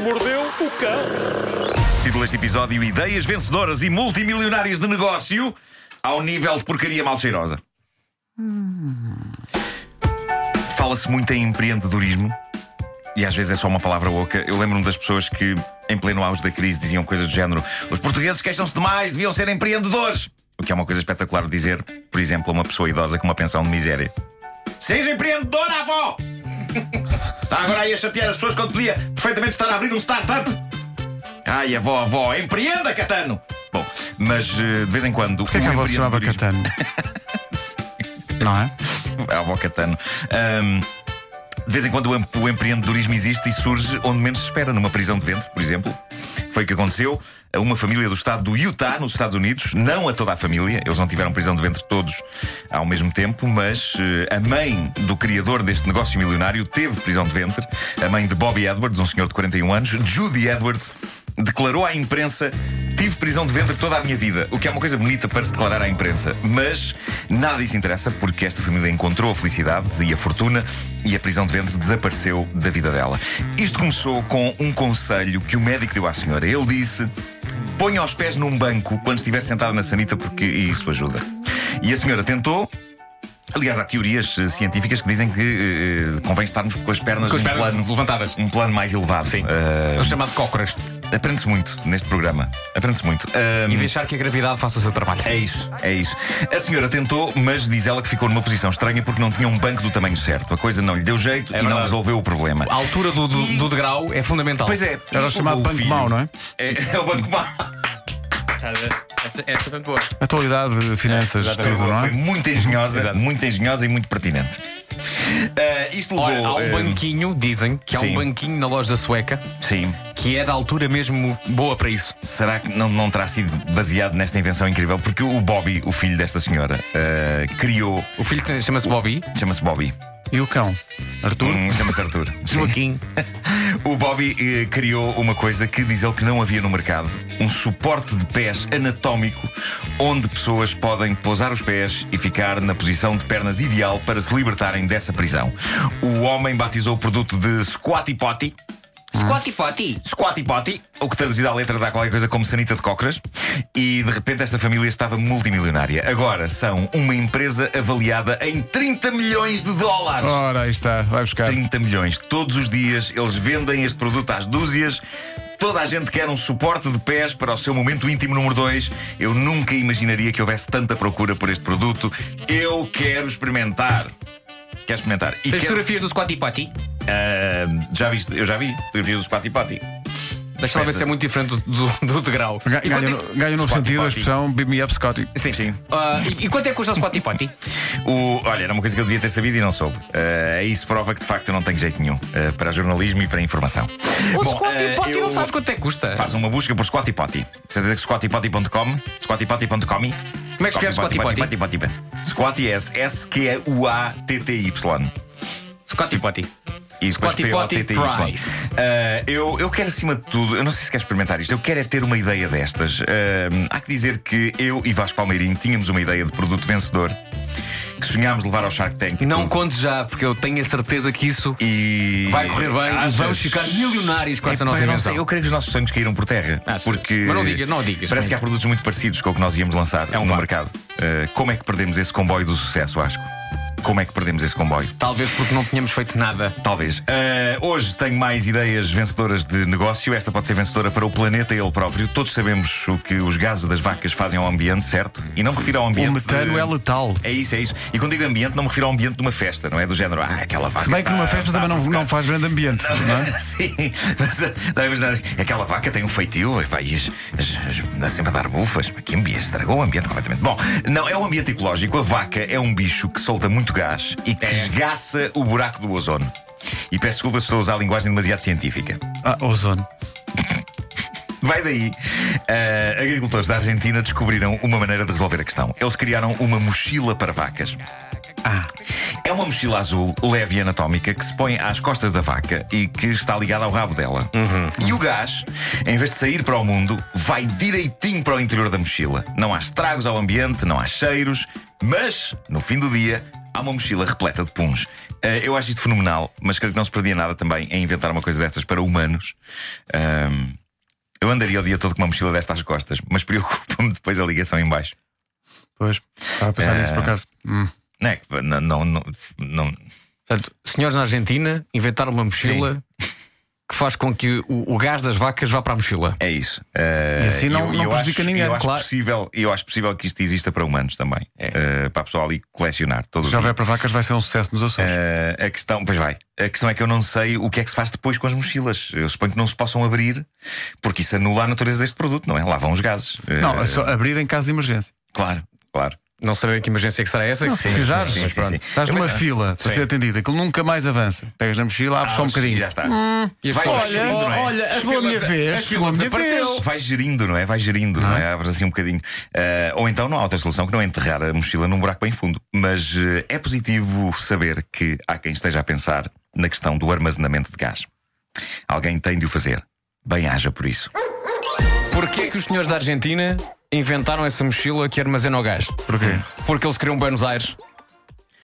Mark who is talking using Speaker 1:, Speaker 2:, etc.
Speaker 1: mordeu o cão.
Speaker 2: Título deste episódio: Ideias vencedoras e multimilionárias de negócio ao nível de porcaria mal cheirosa. Fala-se muito em empreendedorismo e às vezes é só uma palavra oca. Eu lembro-me das pessoas que, em pleno auge da crise, diziam coisas do género: os portugueses queixam-se demais, deviam ser empreendedores. O que é uma coisa espetacular de dizer, por exemplo, a uma pessoa idosa com uma pensão de miséria: Seja empreendedora, avó! Está agora aí a chatear as pessoas quando podia perfeitamente estar a abrir um startup? Ai, avó, avó, empreenda, Catano! Bom, mas eh, de vez em quando.
Speaker 3: Porquê que a
Speaker 2: o
Speaker 3: avó se chamava
Speaker 2: empreendedorismo-
Speaker 3: Catano? Não é?
Speaker 2: a avó Catano. Ahm, de vez em quando o em- o empreendedorismo existe e surge onde menos se espera, numa prisão de ventre, por exemplo. Foi o que aconteceu a uma família do estado do Utah, nos Estados Unidos, não a toda a família, eles não tiveram prisão de ventre todos ao mesmo tempo, mas eh, a mãe do criador deste negócio milionário teve prisão de ventre, a mãe de Bobby Edwards, um senhor de 41 anos, Judy Edwards, declarou à imprensa Tive prisão de ventre toda a minha vida, o que é uma coisa bonita para se declarar à imprensa. Mas nada disso interessa porque esta família encontrou a felicidade e a fortuna e a prisão de ventre desapareceu da vida dela. Isto começou com um conselho que o médico deu à senhora. Ele disse: ponha os pés num banco quando estiver sentada na sanita porque isso ajuda. E a senhora tentou. Aliás, há teorias eh, científicas que dizem que eh, eh, convém estarmos com as pernas,
Speaker 1: Com as
Speaker 2: num
Speaker 1: pernas
Speaker 2: plano,
Speaker 1: levantadas.
Speaker 2: um plano mais elevado.
Speaker 1: Sim.
Speaker 2: Eh,
Speaker 1: É o chamado cócoras.
Speaker 2: Aprende-se muito neste programa. Aprende-se muito. Eh, Ahm,
Speaker 1: E deixar que a gravidade faça o seu trabalho.
Speaker 2: Hum. é isso, é isso. A senhora tentou, mas diz ela que ficou numa posição estranha porque não tinha um banco do tamanho certo. A coisa não lhe deu jeito e não
Speaker 1: verdade.
Speaker 2: resolveu o problema.
Speaker 1: A altura do, do,
Speaker 2: E-
Speaker 1: do degrau é fundamental.
Speaker 2: Pois é,
Speaker 3: Era o
Speaker 2: isso
Speaker 3: chamado
Speaker 2: levou
Speaker 3: Banco
Speaker 2: filho-
Speaker 3: Mau, não é?
Speaker 2: É, é o banco mau.
Speaker 1: Essa, essa é boa.
Speaker 3: Atualidade de finanças, tudo, não
Speaker 2: Foi
Speaker 3: é?
Speaker 2: muito engenhosa,
Speaker 1: Exato.
Speaker 2: muito engenhosa e muito pertinente. Ah, isto levou.
Speaker 1: Ora, há um
Speaker 2: ahm,
Speaker 1: banquinho, dizem que há
Speaker 2: sim.
Speaker 1: um banquinho na loja sueca
Speaker 2: Sim.
Speaker 1: que é da altura mesmo boa para isso.
Speaker 2: Será que não, não terá sido baseado nesta invenção incrível? Porque o Bobby, o filho desta senhora, ah, criou.
Speaker 1: O filho que chama-se Bobby,
Speaker 2: Chama-se Bobby.
Speaker 3: E o cão? Arthur?
Speaker 2: Hum, Chama-se Arthur.
Speaker 1: Joaquim.
Speaker 2: O Bobby eh, criou uma coisa que diz ele que não havia no mercado: um suporte de pés anatómico onde pessoas podem pousar os pés e ficar na posição de pernas ideal para se libertarem dessa prisão. O homem batizou o produto de Squatty Potty.
Speaker 1: Scotty Potty.
Speaker 2: Squatty Potty, o que traduzido à letra dá qualquer coisa como sanita de cócoras, e de repente esta família estava multimilionária. Agora são uma empresa avaliada em 30 milhões de dólares.
Speaker 3: Ora, aí está, vai buscar.
Speaker 2: 30 milhões. Todos os dias eles vendem este produto às dúzias. Toda a gente quer um suporte de pés para o seu momento íntimo número 2. Eu nunca imaginaria que houvesse tanta procura por este produto. Eu quero experimentar. Quero experimentar. E
Speaker 1: Tens
Speaker 2: quero...
Speaker 1: fotografias do Scotty Potty?
Speaker 2: Ah, já viste? Eu já vi fotografias do Spati Pati.
Speaker 1: Deixa lá ver se é muito diferente do, do, do degrau.
Speaker 3: Ga-
Speaker 1: E
Speaker 3: Ganha
Speaker 1: quanto é
Speaker 3: no- ganha um novo
Speaker 2: Spotty
Speaker 3: sentido a
Speaker 2: Potty.
Speaker 3: expressão Beat Me Up Scotty.
Speaker 1: que- Sim,
Speaker 2: Sim.
Speaker 1: Ah, e, e quanto é que custa o Scotty Potty?
Speaker 2: O- olha, era uma coisa que eu devia ter sabido e não soube. Ah, isso prova que de facto eu não tenho jeito nenhum ah, para jornalismo e para informação.
Speaker 1: O
Speaker 2: Bom,
Speaker 1: Scotty
Speaker 2: ah,
Speaker 1: Potty não
Speaker 2: eu-
Speaker 1: sabes quanto é que custa.
Speaker 2: Façam uma busca por Squatty Potty. De certeza que squattypotty.com, squattypotty.com.
Speaker 1: Como é que escreve Squatty Potty?
Speaker 2: Potty? Squatty é S-Q-U-A-T-T-Y.
Speaker 1: Scotty Potty.
Speaker 2: E depois
Speaker 1: Squatty Potty
Speaker 2: P-O-T-T-Y.
Speaker 1: Price.
Speaker 2: Ah, eu, eu quero, acima de tudo, eu não sei se quer experimentar isto, eu quero é ter uma ideia destas. Ah, há que dizer que eu e Vasco Palmeirinho tínhamos uma ideia de produto vencedor que sonhámos levar ao Shark Tank. e
Speaker 1: Não
Speaker 2: tudo.
Speaker 1: contes já, porque eu tenho a certeza que isso
Speaker 2: E.
Speaker 1: vai correr bem.
Speaker 2: Achas?
Speaker 1: Vamos ficar milionários com
Speaker 2: É,
Speaker 1: essa
Speaker 2: pá,
Speaker 1: nossa
Speaker 2: eu não
Speaker 1: invenção.
Speaker 2: sei, Eu creio que os nossos sonhos caíram por terra.
Speaker 1: Achas?
Speaker 2: Porque.
Speaker 1: Mas não digas, não digas.
Speaker 2: Parece que há produtos muito parecidos com o que nós íamos lançar
Speaker 1: É um
Speaker 2: no
Speaker 1: facto.
Speaker 2: mercado. Uh, como é que perdemos esse comboio do sucesso, Asco? Como é que perdemos esse comboio?
Speaker 1: Talvez porque não tínhamos feito nada.
Speaker 2: Talvez. Uh, hoje tenho mais ideias vencedoras de negócio. Esta pode ser vencedora para o planeta ele próprio. Todos sabemos o que os gases das vacas fazem ao ambiente, certo? E não me refiro ao ambiente.
Speaker 3: O metano
Speaker 2: de-
Speaker 3: é letal.
Speaker 2: É isso, é isso. E quando digo ambiente, não me refiro ao ambiente de uma festa, não é? Do género, ah, aquela vaca.
Speaker 3: Se bem que
Speaker 2: está-
Speaker 3: numa festa
Speaker 2: está a
Speaker 3: também não,
Speaker 2: provocar."
Speaker 3: não faz grande ambiente, não é?
Speaker 2: Sim, mas está a imaginar, aquela vaca tem um feitio e vai e as- as- as- anda sempre a dar bufas. Que ambiente, estragou o ambiente completamente. Bom, não, é um ambiente ecológico. A vaca é um bicho que solta muito gás e
Speaker 3: É.
Speaker 2: que esgaça o buraco do ozono. E peço desculpa se estou a usar a linguagem demasiado científica.
Speaker 3: Ah, ozono.
Speaker 2: Vai daí. Ah, agricultores da Argentina descobriram uma maneira de resolver a questão. Eles criaram uma mochila para vacas.
Speaker 3: Ah,
Speaker 2: É uma mochila azul, leve e anatómica, que se põe às costas da vaca e que está ligada ao rabo dela. E o gás, em vez de sair para o mundo, vai direitinho para o interior da mochila. Não há estragos ao ambiente, não há cheiros, mas, no fim do dia, Há uma mochila repleta de puns. Eh, eu acho isto fenomenal, mas creio que não se perdia nada também em inventar uma coisa destas para humanos. Ahm, eu andaria o dia todo com uma mochila desta às costas, mas preocupa-me depois a ligação em baixo.
Speaker 3: Pois, estava a pensar nisso por acaso. Hum.
Speaker 2: Não é que não, não, não, não-
Speaker 1: Portanto, senhores na Argentina inventaram uma mochila que faz com que o, o gás das vacas vá para a mochila.
Speaker 2: é isso. Eh,
Speaker 3: E assim não- não prejudica
Speaker 2: acho,
Speaker 3: ninguém,
Speaker 2: Eu acho,
Speaker 3: claro.
Speaker 2: possível, eu acho possível que isto exista para humanos também. Eh, para a pessoa ali colecionar todo o
Speaker 3: Se já
Speaker 2: dia.
Speaker 3: houver para vacas, vai ser um sucesso nos Açores.
Speaker 2: Eh, a questão, pois vai, a questão é que eu não sei o que é que se faz depois com as mochilas. Eu suponho que não se possam abrir, porque isso anula a natureza deste produto, não é? Lá vão os gases. Eh,
Speaker 3: Não, é só abrir em caso de emergência.
Speaker 2: Claro, claro.
Speaker 1: Não sabem que emergência é que será essa.
Speaker 3: se precisares,
Speaker 2: sim,
Speaker 3: mas
Speaker 2: sim,
Speaker 3: pronto.
Speaker 2: sim.
Speaker 3: estás
Speaker 2: Eu
Speaker 3: numa
Speaker 2: pensava-
Speaker 3: fila para
Speaker 1: Sim.
Speaker 3: ser atendida, que nunca mais avança. Pegas na mochila, abres só um
Speaker 2: Ah, sim,
Speaker 3: bocadinho.
Speaker 2: Já está. é?
Speaker 1: E as
Speaker 2: Vai-
Speaker 1: pessoas-
Speaker 2: Olha,
Speaker 1: Oh,
Speaker 2: olha,
Speaker 1: a fila desa- a fila desapareceu.
Speaker 2: Vai gerindo, não é? Vai gerindo, não, é? Abres assim um bocadinho. Eh, ou então não há outra solução que não é enterrar a mochila num buraco bem fundo. Mas eh, é positivo saber que há quem esteja a pensar na questão do armazenamento de gás. Alguém tem de o fazer. Bem haja por isso.
Speaker 1: Porquê é que os senhores da Argentina inventaram essa mochila que armazena o gás?
Speaker 3: Porquê?
Speaker 1: Porque eles queriam Buenos Aires.